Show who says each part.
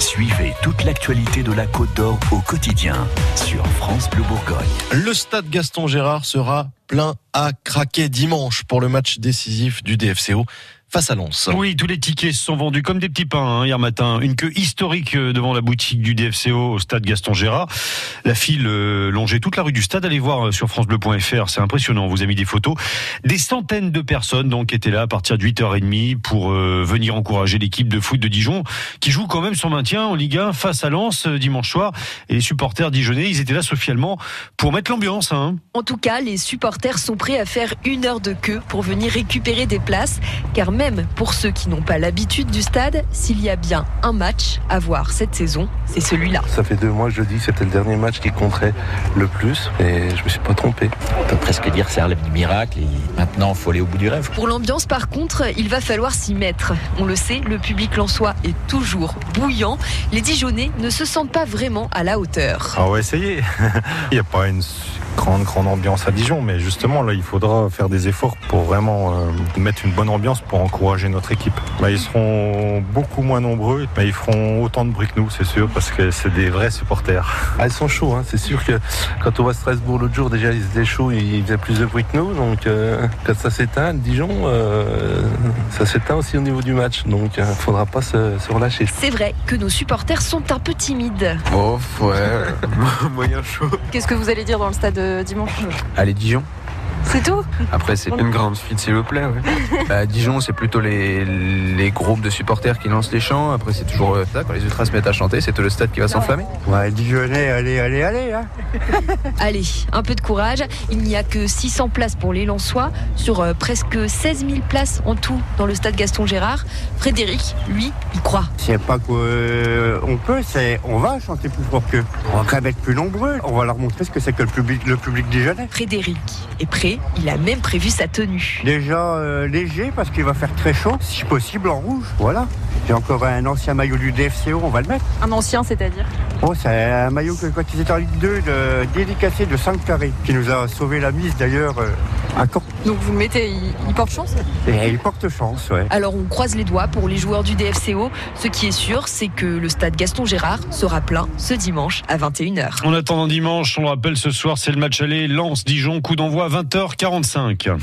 Speaker 1: Suivez toute l'actualité de la Côte d'Or au quotidien sur France Bleu Bourgogne.
Speaker 2: Le stade Gaston Gérard sera plein à craquer dimanche pour le match décisif du DFCO face à Lens.
Speaker 3: Oui, tous les tickets se sont vendus comme des petits pains hein, hier matin. Une queue historique euh, devant la boutique du DFCO au stade Gaston Gérard. La file euh, longeait toute la rue du stade. Allez voir euh, sur francebleu.fr, c'est impressionnant. On vous a mis des photos. Des centaines de personnes donc étaient là à partir de 8h30 pour euh, venir encourager l'équipe de foot de Dijon qui joue quand même son maintien en Ligue 1 face à Lens euh, dimanche soir. Et les supporters dijonnais, ils étaient là socialement pour mettre l'ambiance. Hein.
Speaker 4: En tout cas, les supporters sont prêts à faire une heure de queue pour venir récupérer des places car même pour ceux qui n'ont pas l'habitude du stade, s'il y a bien un match à voir cette saison, c'est celui-là.
Speaker 5: Ça fait deux mois, je dis, c'était le dernier match qui compterait le plus et je me suis pas trompé.
Speaker 6: On peut presque dire que ça relève du miracle et maintenant, il faut aller au bout du rêve.
Speaker 4: Pour l'ambiance, par contre, il va falloir s'y mettre. On le sait, le public lensois est toujours bouillant. Les Dijonnais ne se sentent pas vraiment à la hauteur.
Speaker 7: On va essayer. il n'y a pas une grande, grande ambiance à Dijon, mais justement, là, il faudra faire des efforts pour vraiment euh, mettre une bonne ambiance pour encourager notre équipe. Bah, ils seront beaucoup moins nombreux, mais bah, ils feront autant de bruit que nous, c'est sûr, parce que c'est des vrais supporters.
Speaker 5: Ah, ils sont chauds, hein. c'est sûr que quand on va à Strasbourg l'autre jour, déjà, ils étaient chauds, ils faisaient plus de bruit que nous, donc euh, quand ça s'éteint, Dijon, euh, ça s'éteint aussi au niveau du match, donc il ne faudra pas se, se relâcher.
Speaker 4: C'est vrai que nos supporters sont un peu timides.
Speaker 8: Bof, ouais, moyen chaud.
Speaker 9: Qu'est-ce que vous allez dire dans le stade euh, dimanche
Speaker 8: Allez Dijon.
Speaker 9: C'est tout
Speaker 8: Après, c'est une grande suite, s'il vous plaît. Ouais. bah, Dijon, c'est plutôt les, les, groupes de supporters qui lancent les chants. Après, c'est toujours euh, ça. Quand les ultras se mettent à chanter, c'est tout le stade qui va s'enflammer.
Speaker 10: Ouais, Dijonais, allez, allez, allez. Hein.
Speaker 4: allez, un peu de courage. Il n'y a que 600 places pour les Lensois sur euh, presque 16 000 places en tout dans le stade Gaston Gérard. Frédéric, lui, il croit.
Speaker 10: C'est pas qu'on euh, peut, c'est on va chanter plus fort qu'eux. On va quand même être plus nombreux. On va leur montrer ce que c'est que le public, le public Dijonais.
Speaker 4: Frédéric est prêt il a même prévu sa tenue.
Speaker 10: Déjà euh, léger parce qu'il va faire très chaud, si possible en rouge. Voilà. J'ai encore un ancien maillot du DFCO, on va le mettre.
Speaker 9: Un ancien, c'est-à-dire
Speaker 10: Oh, c'est un maillot que quand ils étaient en Ligue 2, de, dédicacé de 5 carrés, qui nous a sauvé la mise d'ailleurs euh, à Caen.
Speaker 9: Donc vous le mettez, il, il porte chance
Speaker 10: Et Il porte chance, ouais.
Speaker 4: Alors on croise les doigts pour les joueurs du DFCO. Ce qui est sûr, c'est que le stade Gaston Gérard sera plein ce dimanche à 21h.
Speaker 3: En attendant dimanche, on le rappelle ce soir, c'est le match aller Lance-Dijon, coup d'envoi à 20h45.